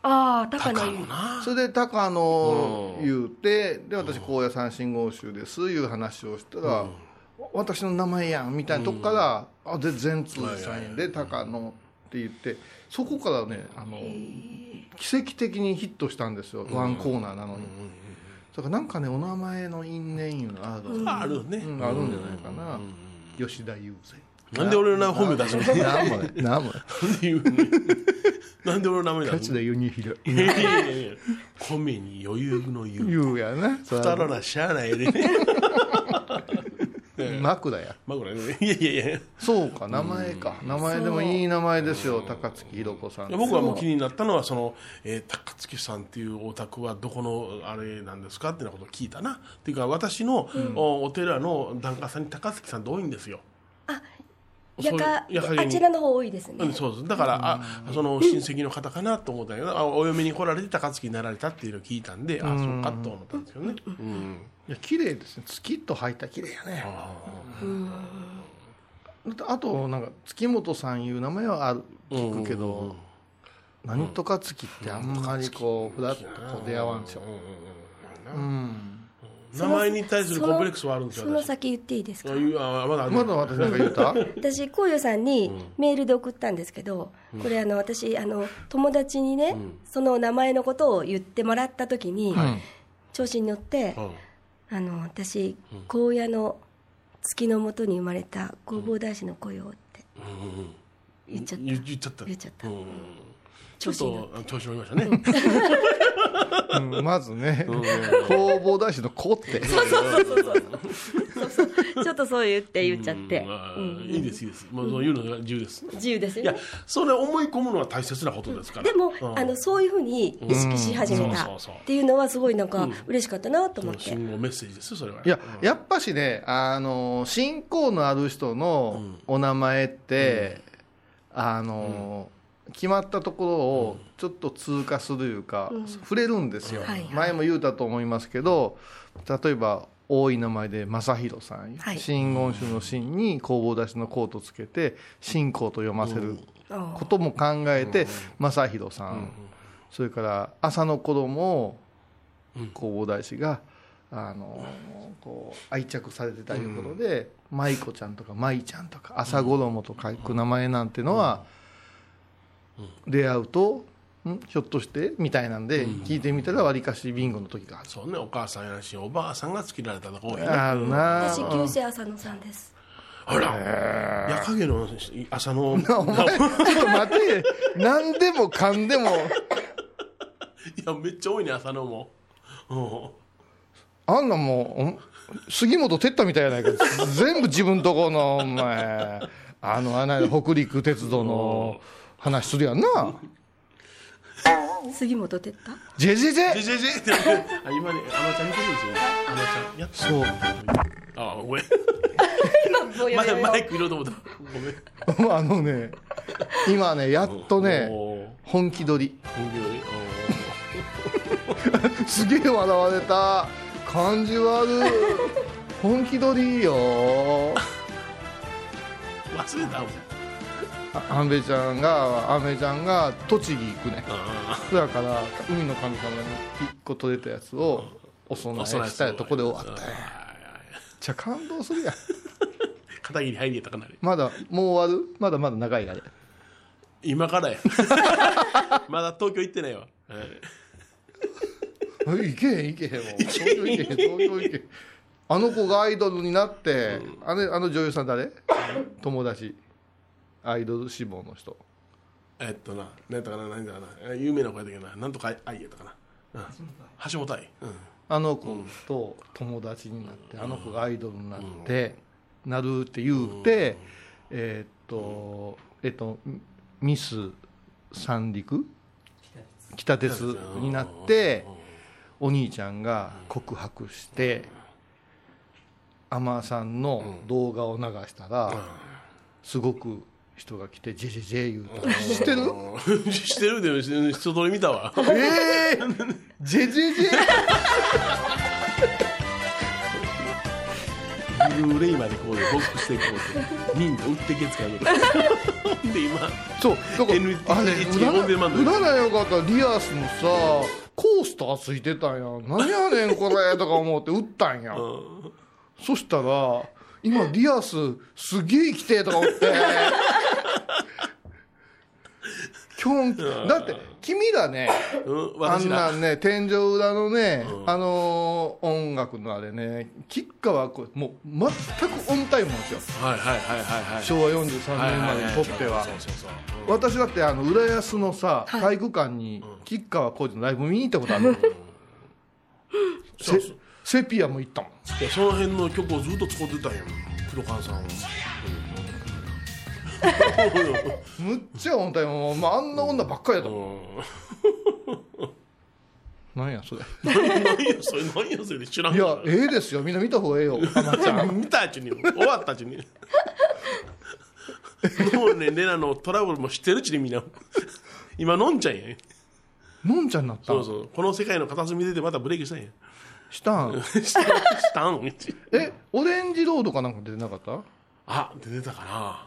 Speaker 5: あ高野由
Speaker 4: それで高野言うてで私高野山信号集ですいう話をしたら、私の名前やんみたいなとこから、あで全通寺さんやんで高野って言ってそこからねあの奇跡的にヒットしたんですよワンコーナーなのに、だからなんかねお名前の因縁いうのがある,、うん、
Speaker 3: あるね、
Speaker 4: あるんじゃないかな、吉田雄
Speaker 3: なんで俺の本名出すの
Speaker 4: 生何もない何もない
Speaker 3: なんで言うの なんで俺の名前だ
Speaker 4: 勝
Speaker 3: の
Speaker 4: 田ユ ニヒロ
Speaker 3: いやいやいや米に余裕の言う
Speaker 4: 言うや な
Speaker 3: 二人らしゃあないでね
Speaker 4: 枕や
Speaker 3: 枕ねいやいやい
Speaker 4: そうか名前か名前でもいい名前ですよ高槻ひろ子さん
Speaker 3: や僕はもう気になったのはその、えー高槻さんっていうお宅はどこのあれなんですかってなことを聞いたなっていうか私の、おお寺の檀家さんに高槻さんって多いんですよ
Speaker 5: やか
Speaker 3: そうやはり
Speaker 5: あちらの方多いですね
Speaker 3: うん、そうですだから、あその親戚の方かなと思ったんやけど、あお嫁に来られて高槻になられたっていうのを聞いたんで、あそうかと思ったんですよね、うん
Speaker 4: いや綺麗ですね月と入ったら綺麗やねうんあとなんか月本さんいう名前はある聞くけど、何とか月ってあんまりこうふらっとこう出会わんでしょ、
Speaker 3: 名前に対するコンプレックスはあるんです
Speaker 5: そ
Speaker 3: よ
Speaker 5: の
Speaker 3: 私
Speaker 5: 先言っていいですか
Speaker 3: あいうあまだある
Speaker 4: まだ私なん か言うた
Speaker 5: 私こうよさんにメールで送ったんですけど、これあの私あの友達にね、その名前のことを言ってもらった時に、調子に乗って、
Speaker 3: うん
Speaker 5: あの私高野の月のもとに生まれた弘法大師の子よって言っちゃった、
Speaker 3: 言言っちゃった
Speaker 5: 言っちゃった
Speaker 3: うんちょ
Speaker 5: 調
Speaker 3: っ
Speaker 5: 子に乗っ
Speaker 3: とあ調子乗りましたね
Speaker 4: うんまずね弘法大師の子って
Speaker 5: てちょっとそう言って言っちゃって、
Speaker 3: うんあーいいですいいですもうそういうのが自由ですい
Speaker 5: 自由ですよ
Speaker 3: や
Speaker 5: ね
Speaker 3: それ思い込むのは大切なことですから
Speaker 5: でも、
Speaker 3: うん
Speaker 5: あのそういうふうに意識し始めた
Speaker 3: うんそうそうそう
Speaker 5: っていうのはすごいなんか嬉しかったなと思って、
Speaker 3: 信号メッセージですよそれはい
Speaker 4: や、やっぱしね、あの、信仰のある人のお名前って、あの、決まったところをちょっと通過するいうか、触れるんですよ、
Speaker 5: はいはい
Speaker 4: 前も言うたと思いますけど、例えば、多い名前で正弘さん、
Speaker 5: はい
Speaker 4: 真言宗の真に弘法出しのコートつけて、信仰と読ませることも考えて、正弘さん、それから朝の子供を弘法大師が、あのこう愛着されてたいうことで、舞子ちゃんとか舞ちゃんとか朝衣とか書く名前なんてのは、出会うとんひょっとしてみたいなんで聞いてみたらわりかしビンゴの時がある
Speaker 3: そうねお母さんやしおばあさんがつけられたとこ多いね
Speaker 4: あるな
Speaker 5: 私 旧姓浅野さんです
Speaker 3: あら夜影の 朝の
Speaker 4: お前ちょっと待てなんでもかんでも
Speaker 3: やめっちゃ多いね浅野も、う
Speaker 4: あんなんもうん杉本哲太みたいやないか全部自分とこのお前あのあの北陸鉄道の話するやんな
Speaker 5: 杉本哲太
Speaker 4: ジェジェジ
Speaker 3: ん、で
Speaker 4: ェ
Speaker 3: ジェジェってやってあ今ねあのちゃん見てるんですよあのちゃんやっ
Speaker 4: そう
Speaker 3: あごめんまだマイクいろうと思ったごめん
Speaker 4: あのね今ねやっとね
Speaker 3: おー
Speaker 4: 本気取り
Speaker 3: 本気より
Speaker 4: すげえ笑われた感じ悪い本気取りよ
Speaker 3: おー忘れたもん
Speaker 4: あ安倍ちゃんが安倍ちゃんが栃木行くね
Speaker 3: あ
Speaker 4: だから海の神様に一個取れたやつをお供えしたいとこで終わったんやじゃあ感動するやん
Speaker 3: ー片桐入りやったかなり
Speaker 4: まだもう終わるまだまだ長いあれ
Speaker 3: 今からや まだ東京行ってないわ、はい
Speaker 4: えいけへんいけへんもう東京いけへん東京いけへん あの子がアイドルになって、あれあの女優さん誰友達アイドル志望の人
Speaker 3: えっとな、何やったかな、何だかな、え有名な子やったけどな、なんとか愛やったかな。うん、橋本愛。うん。
Speaker 4: あの子と友達になって、あの子がアイドルになって、なるって言うて、えーっと、えっと、ミス三陸北鉄になって、お兄ちゃんが告白して、アマさんの動画を流したら、すごく人が来て、ジェジェジェ言うたら、知ってる
Speaker 3: うん 知ってるでも、人通り見たわ。
Speaker 4: えー、ジェジェジェ
Speaker 3: ブルーレイまでこうで、ボックスでこうで、忍者打ってけつかのか。で、今、
Speaker 4: そう、だから
Speaker 3: NHK
Speaker 4: あれ、
Speaker 3: オンデマンド
Speaker 4: 売らなよかったリアスのさ、コースターついてたんや。何やねん、これ、とか思って売ったんや。そしたら、今、リアス、すげえ来て、とか思って。 きょん、だって、君らね、
Speaker 3: うん、
Speaker 4: あ
Speaker 3: 私
Speaker 4: んな
Speaker 3: ら。
Speaker 4: んね、天井裏のね、あのー音楽のあれね、吉川こう、もう、全くオンタイムなんですよ。
Speaker 3: はいはいはいはいはい。
Speaker 4: 昭和43年生
Speaker 3: はい
Speaker 4: ま
Speaker 3: はい
Speaker 4: で
Speaker 3: はい
Speaker 4: にとっては
Speaker 3: そう。そうそうそう
Speaker 4: 私だってあの浦安のさ、体育館に吉川浩司のライブ見に行ったことある
Speaker 3: そ
Speaker 4: の、
Speaker 3: う
Speaker 4: セ
Speaker 3: そう
Speaker 4: セピアも行ったもん
Speaker 3: いやその辺の曲をずっと使ってたんやもん黒川さんは
Speaker 4: むっちゃ音体もう、まあ、あんな女ばっかりやったもん、
Speaker 3: う
Speaker 4: なんやそれい
Speaker 3: ん何よそれ何よそれ知らん
Speaker 4: や
Speaker 3: から
Speaker 4: ええですよみんな見た方がええよあまちゃん
Speaker 3: 見たちに終わったちにもうねレナのトラブルも知ってるちにみんな今のんちゃんやん
Speaker 4: のんちゃんになったん
Speaker 3: そうそうこの世界の片隅出てまたブレーキしたん や
Speaker 4: したん
Speaker 3: したしたん
Speaker 4: えオレンジロードかなんか出てなかった
Speaker 3: あ出てたかな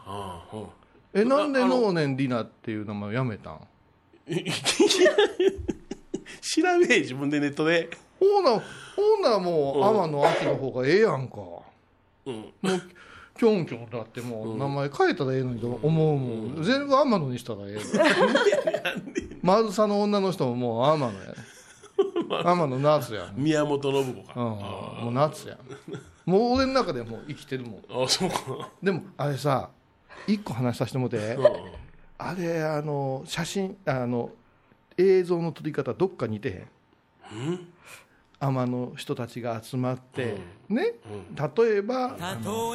Speaker 3: うんうん
Speaker 4: えなんで
Speaker 3: ああの
Speaker 4: 能年リナっていう名前をやめたん
Speaker 3: 調べえ自分でネットで
Speaker 4: ほんなほんならもう天野秋の方がええやんか
Speaker 3: うん
Speaker 4: きょんきょんだってもう名前変えたらええのにと思うもん、全部天野にしたらええの丸さの女の人ももう天野やね 天野夏やん、
Speaker 3: 宮本信子
Speaker 4: うん、
Speaker 3: か
Speaker 4: もう夏やんもう俺の中でもう生きてるもん
Speaker 3: あそうか
Speaker 4: でもあれさ一個話させてもらって
Speaker 3: うん
Speaker 4: あれあの写真あの映像の撮り方どっか似てへん天の人たちが集まって、ね、例えばあの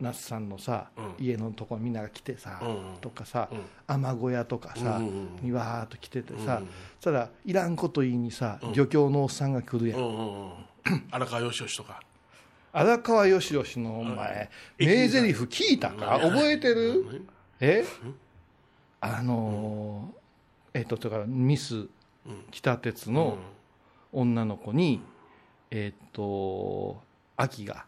Speaker 4: 那須さんのさ、家のとこにみんなが来てさ、
Speaker 3: うん
Speaker 4: とかさ、雨小屋とかさ、
Speaker 3: うんうんうん
Speaker 4: にわーっと来ててさ、そしたらいらんこと言いにさ、漁協のおっさんが来るやん、
Speaker 3: うんうんうん荒川よしよしとか
Speaker 4: 荒川よしよしのお前、名台詞聞いたか覚えてるえあのー、えっと、だからミス北鉄の女の子に、えっと、秋が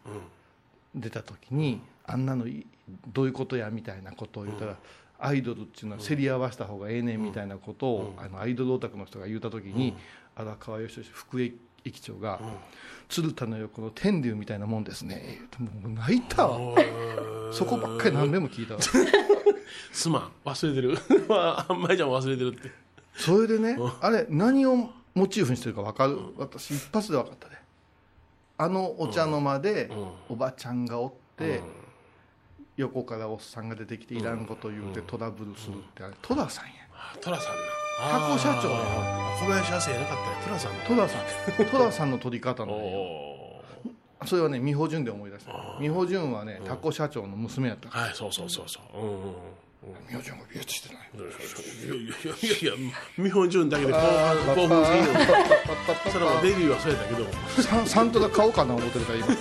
Speaker 4: 出た時に、あんなのいどういうことやみたいなことを言ったら、アイドルっていうのは競り合わせた方がええねんみたいなことを、あのアイドルオタクの人が言った時に、荒川よしよし副駅長が、鶴田の横の天竜みたいなもんですねもう泣いたわそこばっかり何でも聞いたわ
Speaker 3: すまん忘れてる あんまりちゃん忘れてるって
Speaker 4: それでねあれ何をモチーフにしてるか分かる私一発で分かったねあのお茶の間でおばちゃんがおって横からおっさんが出てきていらんこと言うてトラブルするってあれ寅さんや
Speaker 3: あ寅さんな
Speaker 4: 過去社長や
Speaker 3: あー小林亜生やなかったよ寅さん
Speaker 4: 戸田さん戸田さんの取り方なんよ
Speaker 3: お
Speaker 4: それはね美穂潤で思い出した美穂潤はねタコ社長の娘やった
Speaker 3: ーはいそうそうそうそううんうんうん
Speaker 4: 美穂潤がビュッとしてない
Speaker 3: いやいやいやいや見本順だけで興奮興奮すぎるそれはもうデビューはそうやったけど
Speaker 4: サンサントラ買おうかな思ってるか ら今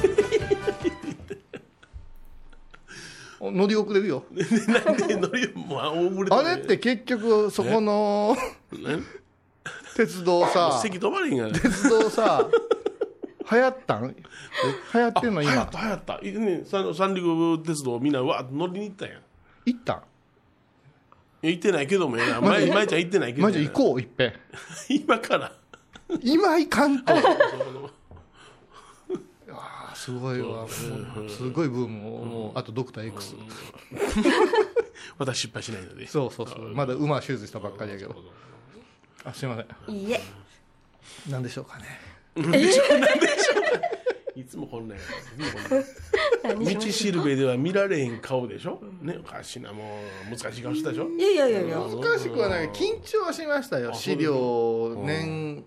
Speaker 4: お乗り遅れるよ
Speaker 3: なん で乗りもう大ぶれ
Speaker 4: あれって結局そこの鉄道さ
Speaker 3: 席止まれへんがな流
Speaker 4: 鉄道さ流行ったん流行ってんの
Speaker 3: 行っ
Speaker 4: 今
Speaker 3: た流行ったいね三三陸鉄道みんなわーっと乗りに行ったやんい
Speaker 4: 行ったん
Speaker 3: や行ってないけどもや な前前ちゃん行ってないけど
Speaker 4: マジ行こういっぺん
Speaker 3: う 今から
Speaker 4: 今行かんとあーすごいわもうすごいブームをもうあとドクター X
Speaker 3: また失敗しないので
Speaker 4: そうそうそうまだ馬手術したばっかりやけどあすいません
Speaker 5: いいえ
Speaker 4: 何でしょうかね
Speaker 3: いつもこんなんやから 道しるべでは見られへん顔でしょねおかしいなもう難しい顔してたでしょ
Speaker 5: いやいやいやいや
Speaker 4: 難しくはない緊張はしましたよ資料を年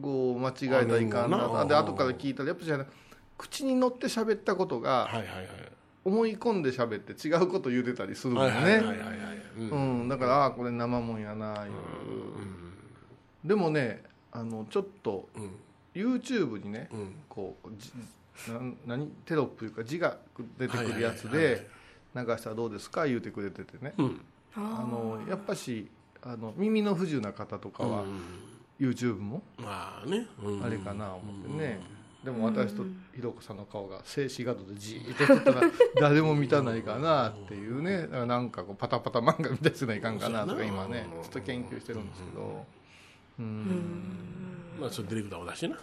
Speaker 4: 後間違えたらいかん
Speaker 3: あ年号な
Speaker 4: なで後から聞いたらやっぱじゃない口に乗って喋ったこと
Speaker 3: は
Speaker 4: が
Speaker 3: いはいはい
Speaker 4: 思い込んで喋って違うこと言うてたりするもん
Speaker 3: はいはいはいはい
Speaker 4: ね
Speaker 3: はいうん
Speaker 4: うんだからああこれ生もんやないうでもねあのちょっと
Speaker 3: うん
Speaker 4: YouTube にね
Speaker 3: うん
Speaker 4: こうじなん何テロップいうか字が出てくるやつ
Speaker 3: はいはいはい
Speaker 4: で流したらどうですか言うてくれててね
Speaker 3: うん
Speaker 4: あのやっぱしあの耳の不自由な方とかは、YouTube も
Speaker 3: まあね、うん
Speaker 4: あれかな思ってね、でも私とひろこさんの顔が静止画像でじーっと撮ったら誰も見たないかなっていうねだからなんかこうパタパタ漫画みたいにせないかんかなとか今ねちょっと研究してるんですけど
Speaker 3: まあそれディレクターを出してな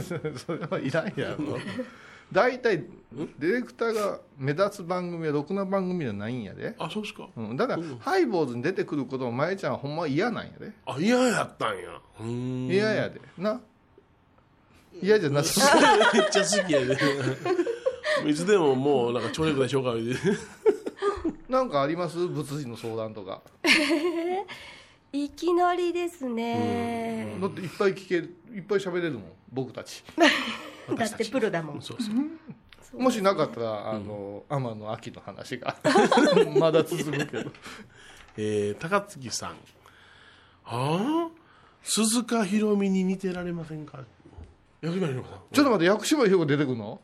Speaker 4: それはいらんやろ大体ディレクターが目立つ番組はろくな番組じゃないんやで、
Speaker 3: あそうですか
Speaker 4: うん、だから、ハイボーズに出てくることもまえちゃんはほんま嫌なんやで
Speaker 3: あ嫌やったんやうーん
Speaker 4: 嫌やでな嫌じゃなさそう
Speaker 3: めっちゃ好きやでいつでももうなんか超力でしょうか言うて
Speaker 4: なんかあります仏事の相談とか
Speaker 5: いきなりですね
Speaker 4: だっていっぱい聞けるいっぱい喋れるもん僕たち
Speaker 5: だってプロだもん
Speaker 3: そうそう
Speaker 4: もしなかったらあの、天野秋の話が まだ続くけど
Speaker 3: えー、高槻さんああ鈴鹿ひろみに似てられませんか薬島ひろみさん
Speaker 4: ちょっと待って薬師丸ひろ子出てくるの、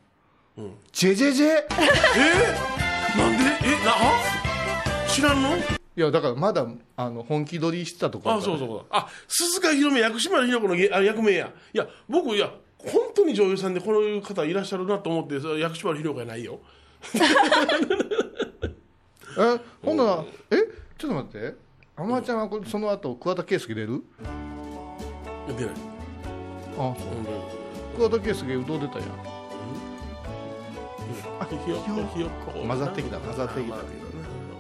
Speaker 3: うん
Speaker 4: ジェジェジェ
Speaker 3: なんでえなあ知らんの
Speaker 4: いやだからまだあの本気取りしてたところ
Speaker 3: あ、そうそう
Speaker 4: う
Speaker 3: そう。あ、鈴鹿ひろみ、薬師丸ひろ子のげあ役名や。いや、僕、いや、本当に女優さんでこのいう方いらっしゃるなと思って、それ薬師丸ひろ子やないよ。
Speaker 4: えほんならえちょっと待ってアマちゃんはこれその後桑田佳祐出る
Speaker 3: 出ない。
Speaker 4: あ桑田佳祐うどう出たやん
Speaker 3: あ、ひよ、ひよこ。
Speaker 4: 混ざってきた混ざってきた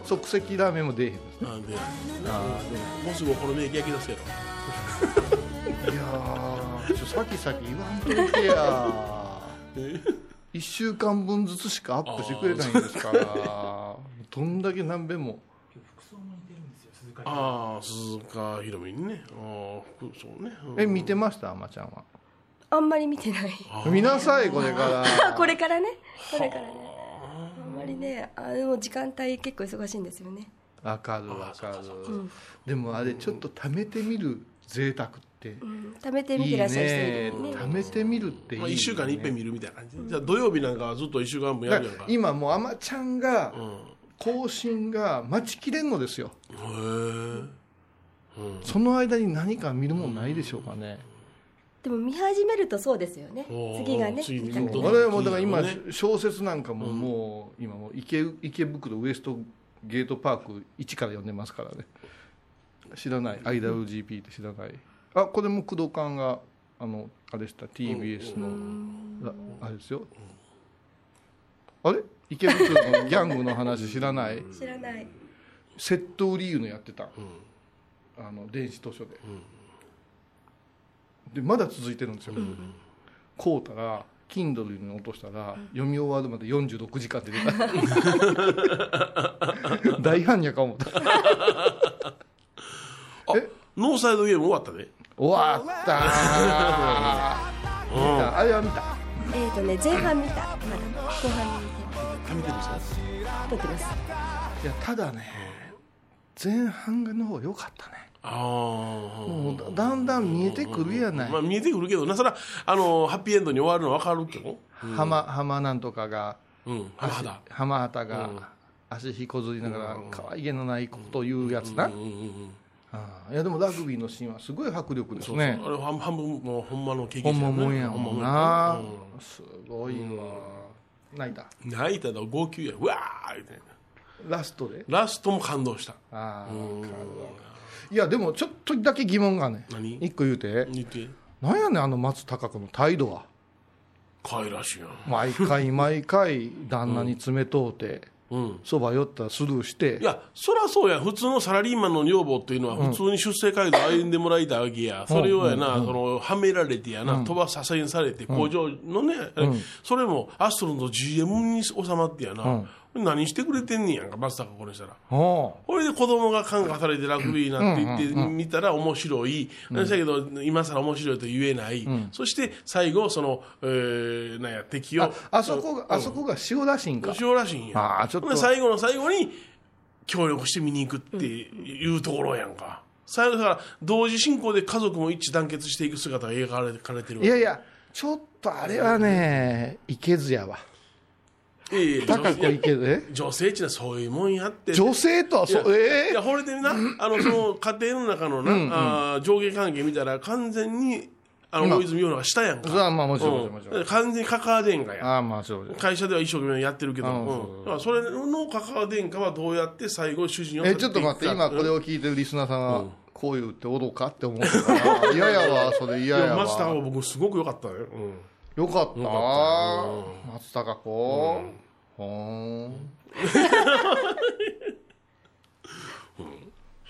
Speaker 4: 即席ラーメンも出えへん
Speaker 3: あ、出ない。あ、出ない。もうすぐお好み焼き焼き出すやろ。
Speaker 4: いやーちょさっきさっき言わんといてや1週間分ずつしかアップしてくれないんですからどんだけ何べんも
Speaker 3: ああ、鈴鹿ひろみにね。ああ、服そうね。うん
Speaker 4: え見てましたあまちゃんは
Speaker 5: あんまり見てない
Speaker 4: 見なさいこれか
Speaker 5: あ これからねこれからねあんまりねあでも時間帯結構忙しいんですよね
Speaker 4: らわかるわかるでもあれちょっと貯めてみる贅沢って
Speaker 5: うん貯めてみ
Speaker 4: い
Speaker 5: て
Speaker 4: い
Speaker 5: ら
Speaker 4: ね
Speaker 5: っしゃる人いるもんね
Speaker 4: 貯めてみるっていい
Speaker 3: まあ、
Speaker 4: ね
Speaker 3: 一週間に一遍見るみたいな感じ。じゃあ、土曜日なんかはずっと一週間分や
Speaker 4: だ
Speaker 3: る
Speaker 4: か
Speaker 3: やん
Speaker 4: ら
Speaker 3: か。
Speaker 4: 今もうあまちゃんが
Speaker 3: うん。
Speaker 4: 更新が待ちきれんのですよ
Speaker 3: へえ。
Speaker 4: その間に何か見るもんないでしょうかね
Speaker 5: でも見始めるとそうですよね
Speaker 3: おー
Speaker 5: 次がね
Speaker 3: 次
Speaker 5: 見たくな
Speaker 3: ど
Speaker 5: る
Speaker 3: ん
Speaker 4: 我々もだか
Speaker 3: う
Speaker 4: ら今
Speaker 3: んね
Speaker 4: 小説なんかももう今もう池池袋ウエストゲートパーク1から読んでますからね知らない IWGP って知らないあこれも工藤館があのあれした TBS のああれですよあれ池袋のギャングの話知らない
Speaker 5: 知らない
Speaker 4: 窃盗理由のやってた、あの電子図書で、でまだ続いてるんですよ、こうたら Kindle に落としたら、読み終わるまで46時間で 出た大反逆か思った
Speaker 3: ノーサイドゲーム終わったで、
Speaker 4: 終わったー
Speaker 3: うん、
Speaker 4: あれは見た
Speaker 5: えっ、とね前半見たまだ後半見
Speaker 3: 食べ
Speaker 5: てな
Speaker 3: てるんですか
Speaker 5: い撮ってます
Speaker 4: いやただね前半の方良かったね
Speaker 3: ああ
Speaker 4: もうだだんだん見えてくるやない
Speaker 3: まあ、見えてくるけどなそらあのハッピーエンドに終わるの分かるけど
Speaker 4: 浜浜なんとかが
Speaker 3: うん
Speaker 4: 足
Speaker 3: 肌だ
Speaker 4: 浜畑が
Speaker 3: うん
Speaker 4: 足引こずりながら可愛げのないことを言うやつな、
Speaker 3: うんうんうん
Speaker 4: ああいやでもラグビーのシーンはすごい迫力です
Speaker 3: そうそう、
Speaker 4: ね
Speaker 3: あれ半半分もうほんまの経験
Speaker 4: 本物もんや
Speaker 3: ほ
Speaker 4: も
Speaker 3: ん
Speaker 4: ん
Speaker 3: ま
Speaker 4: な
Speaker 3: もんや
Speaker 4: すごいわ泣いた
Speaker 3: うん泣いただ号泣やうわーみたいな
Speaker 4: ラストで
Speaker 3: ラストも感動した
Speaker 4: ああいやでもちょっとだけ疑問がね
Speaker 3: 何
Speaker 4: 一個言うて
Speaker 3: 言って
Speaker 4: なんやねんあの松たか子の態度は
Speaker 3: 可愛らしいやん
Speaker 4: 毎回毎回旦那に冷とうて
Speaker 3: うん
Speaker 4: そば寄ったらスルーして
Speaker 3: いや、そらそうや、普通のサラリーマンの女房っていうのは、普通に出世街道歩んでもらいたいわけや、それをやな、そのはめられてやな、飛ばさせんされて、工場のね、それもアストロの GM に収まってやな、何してくれてんねやんか、松坂子にしたら。
Speaker 4: お
Speaker 3: これで子供が感化されてラグビーなんて言ってみたら面白い。だけど、今更面白いと言えない。そして、最後、その、えー、なんや、敵
Speaker 4: う
Speaker 3: を
Speaker 4: あ。あそこがあそこが塩らしいんか
Speaker 3: 年寄らしいんや。
Speaker 4: あーちょっと
Speaker 3: ほんで最後の最後に、協力して見に行くっていうところやんか。さだから、同時進行で家族も一致団結していく姿が描かれてれてるわ
Speaker 4: いやいやちょっとあれはねいけずやわ
Speaker 3: いやいや、
Speaker 4: 高子い
Speaker 3: 女
Speaker 4: けずえ
Speaker 3: 女性ってのはそういうもんやって。
Speaker 4: 女性とはい
Speaker 3: や
Speaker 4: そうえ
Speaker 3: い
Speaker 4: え
Speaker 3: やこれでな、あのその家庭の中のな、あー上下関係見たら、完全にあの
Speaker 4: まあ
Speaker 3: 大泉洋のが下やんか、
Speaker 4: それはまあもちろん
Speaker 3: う
Speaker 4: もちろんもちろん
Speaker 3: 完全にカカア殿下や、
Speaker 4: ああまあそうです
Speaker 3: 会社では一生懸命やってるけど、
Speaker 4: うん
Speaker 3: うんだからそれのカカア殿下はどうやって最後、主人を
Speaker 4: えちょっと待って今これ
Speaker 3: を
Speaker 4: を聞いてるリスナーさんはこう言っておろうかって思うから嫌や わそれ嫌
Speaker 3: いや
Speaker 4: や
Speaker 3: 松たか
Speaker 4: わ
Speaker 3: 子僕すごく良かったね、うん
Speaker 4: よかった
Speaker 3: よか
Speaker 4: 松たか子ほーん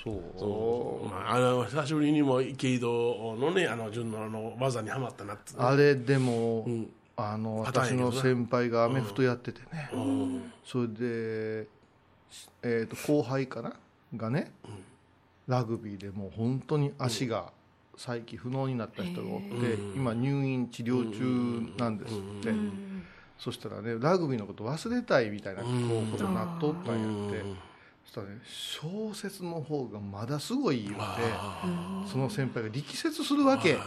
Speaker 4: そう
Speaker 3: まあ、あの久しぶりにも池井戸のねあの順のあの技にはまったなって
Speaker 4: あれでも、
Speaker 3: ん
Speaker 4: あの
Speaker 3: パターンや
Speaker 4: 私
Speaker 3: けどな
Speaker 4: の先輩がアメフトやっててね、それで、えー、と後輩かながね、ラグビーでもう本当に足が再起不能になった人がおって、今入院治療中なんですって、そしたらねラグビーのこと忘れたいみたいなことになっとったんやって、そしたらね小説の方がまだすごい言うて、その先輩が力説するわけ。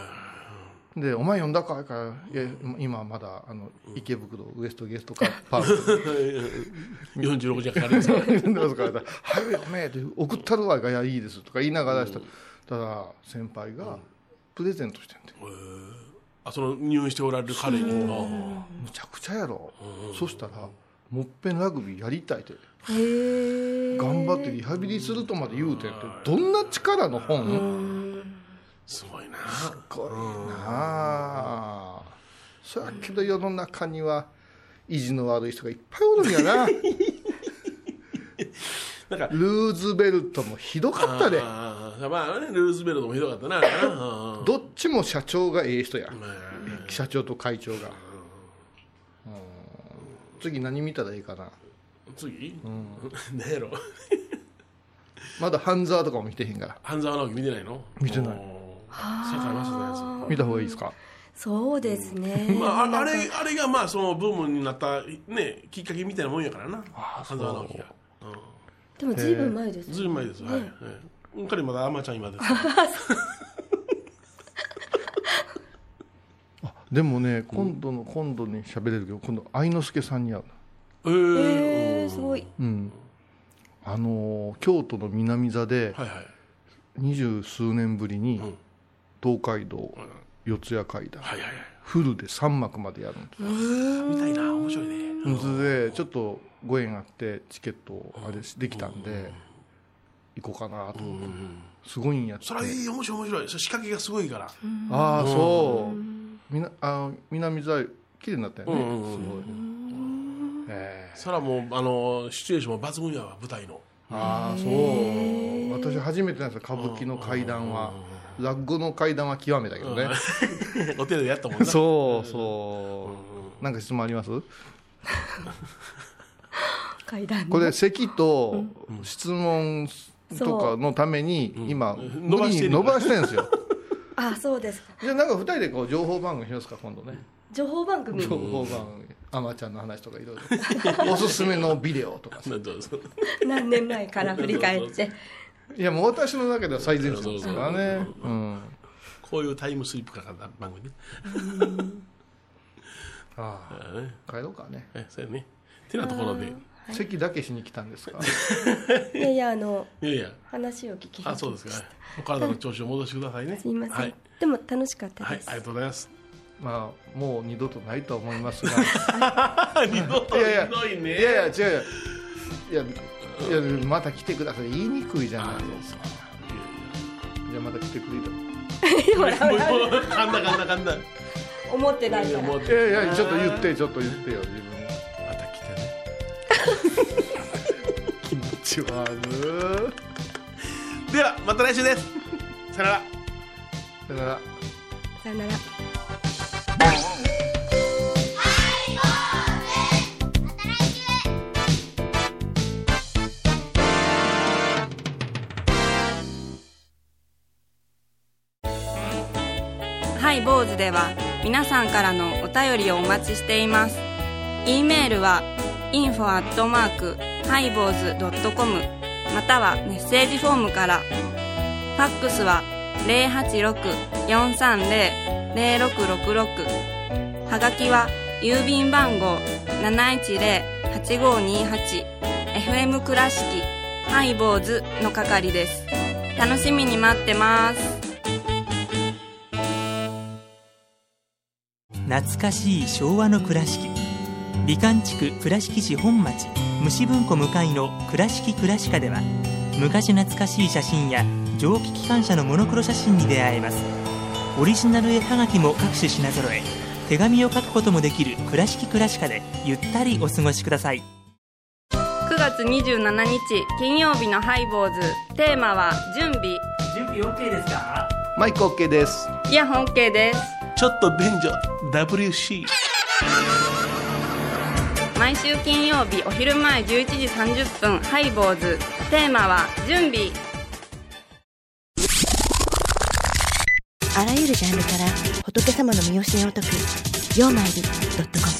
Speaker 4: で「お前呼んだか?」から「いや今まだあの池袋ウエストゲストかパーク
Speaker 3: 46じゃかかるん ですか
Speaker 4: 呼んでますから」「早いよね」って「送ったるわいがいやいいです」とか言いながらしたただ先輩がプレゼントしてんて
Speaker 3: あその入院しておられる彼にあ
Speaker 4: 「むちゃくちゃやろ」そしたら「もっぺんラグビーやりたい」って「頑張ってリハビリするとまで言うて」ってどんな力の本
Speaker 3: すごいな
Speaker 4: これなあそやけど世の中には意地の悪い人がいっぱいおるんやな
Speaker 3: なんか
Speaker 4: ルーズベルトもひどかったで
Speaker 3: あーまあねルーズベルトもひどかったな あ
Speaker 4: どっちも社長がええ人や
Speaker 3: ーまあ
Speaker 4: 社長と会長がうん次何見たらいいかな
Speaker 3: 次、うん、何やろ
Speaker 4: まだ半沢とかも見てへんから
Speaker 3: 半沢直樹見てないの
Speaker 4: 見てない
Speaker 3: 坂井雅人のや
Speaker 4: 見た方がいいですか
Speaker 5: そうですね
Speaker 3: つ、まあ、ああれあれがまあそのブームになった、ね、きっかけみたいなもんやからな半沢直樹が
Speaker 5: でもずいぶん前です
Speaker 3: ずいぶん前ですはい、はい、うん彼まだあまちゃん 今です
Speaker 4: でもね今度の今度に喋れるけど今度愛之助さんに会うの
Speaker 3: えー
Speaker 5: えー、すごい
Speaker 4: うんあのー京都の南座で
Speaker 3: はいはい
Speaker 4: 二十数年ぶりに
Speaker 3: ん
Speaker 4: 東海道四谷階段
Speaker 3: はいはいはい
Speaker 4: フルで3幕までやるんです
Speaker 3: 見たいな面白いね
Speaker 4: それでちょっとご縁があってチケットをあれしできたんで行こうかなと思ってすごいんやって
Speaker 3: それはいい面白い面白いそれ仕掛けがすごいから
Speaker 4: ああそうみなあの南座綺麗になったよね
Speaker 3: うんうんうん
Speaker 4: すごいええ
Speaker 3: それはもうあのシチュエーションも抜群やわ舞台の
Speaker 4: ああそう私初めてなんですよ歌舞伎の階段は落語の階段は極めたけどね
Speaker 3: お寺でやったもんな
Speaker 4: そうそうなんか質問あります
Speaker 5: 階段
Speaker 4: これ席と質問とかのために
Speaker 3: ん
Speaker 4: 今
Speaker 3: うん伸ばしてる
Speaker 4: 無理に伸ばしてるんで すよ
Speaker 5: あそうですか
Speaker 4: じゃあなんか二人でこう情報番組しますか今度ね
Speaker 5: 情報番組
Speaker 4: 情報番組アマちゃんの話とかいろいろおすすめのビデオとかさ
Speaker 3: なんとかそう
Speaker 5: 何年前から振り 返って
Speaker 4: いやもう私の中では最前線ですからねうん
Speaker 3: こういうタイムスリップかかった番組ね。
Speaker 4: ああ
Speaker 3: ああね
Speaker 4: 帰ろうかね
Speaker 3: えそうやね。てなところで。
Speaker 4: 席だけしに来たんですか
Speaker 5: いやいやあの
Speaker 3: いやいや。
Speaker 5: 話を聞きに
Speaker 3: あ、そうですか。お体の調子を戻してくださいね。
Speaker 5: すいません、
Speaker 3: はい。
Speaker 5: でも楽しかった
Speaker 3: はい
Speaker 5: で、す、
Speaker 3: ありがとうございます。
Speaker 4: まあもう二度とないと思いますが
Speaker 3: 二度と
Speaker 4: い
Speaker 3: ひ
Speaker 4: やいや
Speaker 3: どいね。
Speaker 4: いやいや違うよいやいやまた来てください言いにくいじゃないですかじゃあまた来てくれた
Speaker 3: もうもう噛んだ噛んだ噛んだ。
Speaker 5: 思ってない
Speaker 3: い
Speaker 5: か
Speaker 3: や
Speaker 5: ら
Speaker 3: もう
Speaker 4: いやいやちょっと言ってちょっと言ってよ自分も
Speaker 3: また来てね。
Speaker 4: 気持ち悪い
Speaker 3: ではまた来週です。さよなら。
Speaker 4: だから
Speaker 5: さよなら
Speaker 2: ハイボーズでは皆さんからのお便りをお待ちしています。e メールは info アットマークハイボーズドットコムまたはメッセージフォームから。ファックスは086-430-0666はがきは郵便番号710-8528 FM 倉敷ハイボーズの係です。楽しみに待ってます。
Speaker 9: 懐かしい昭和の倉敷美観地区倉敷市本町虫文庫向かいの「倉敷倉歯科」では昔懐かしい写真や蒸気機関車のモノクロ写真に出会えますオリジナル絵はがきも各種品揃え手紙を書くこともできる「倉敷倉歯科」でゆったりお過ごしください
Speaker 2: 9月27日金曜日のハイボーズテーマは準備
Speaker 9: 準備 OK ですか
Speaker 4: マイク OK です
Speaker 2: イヤホン OK です
Speaker 3: ちょっと便所 WC。
Speaker 2: 毎週金曜日お昼前11時30分ハイボーズテーマは準備
Speaker 10: あらゆるジャンルから仏様の身教えを解く「曜マイルドットコム」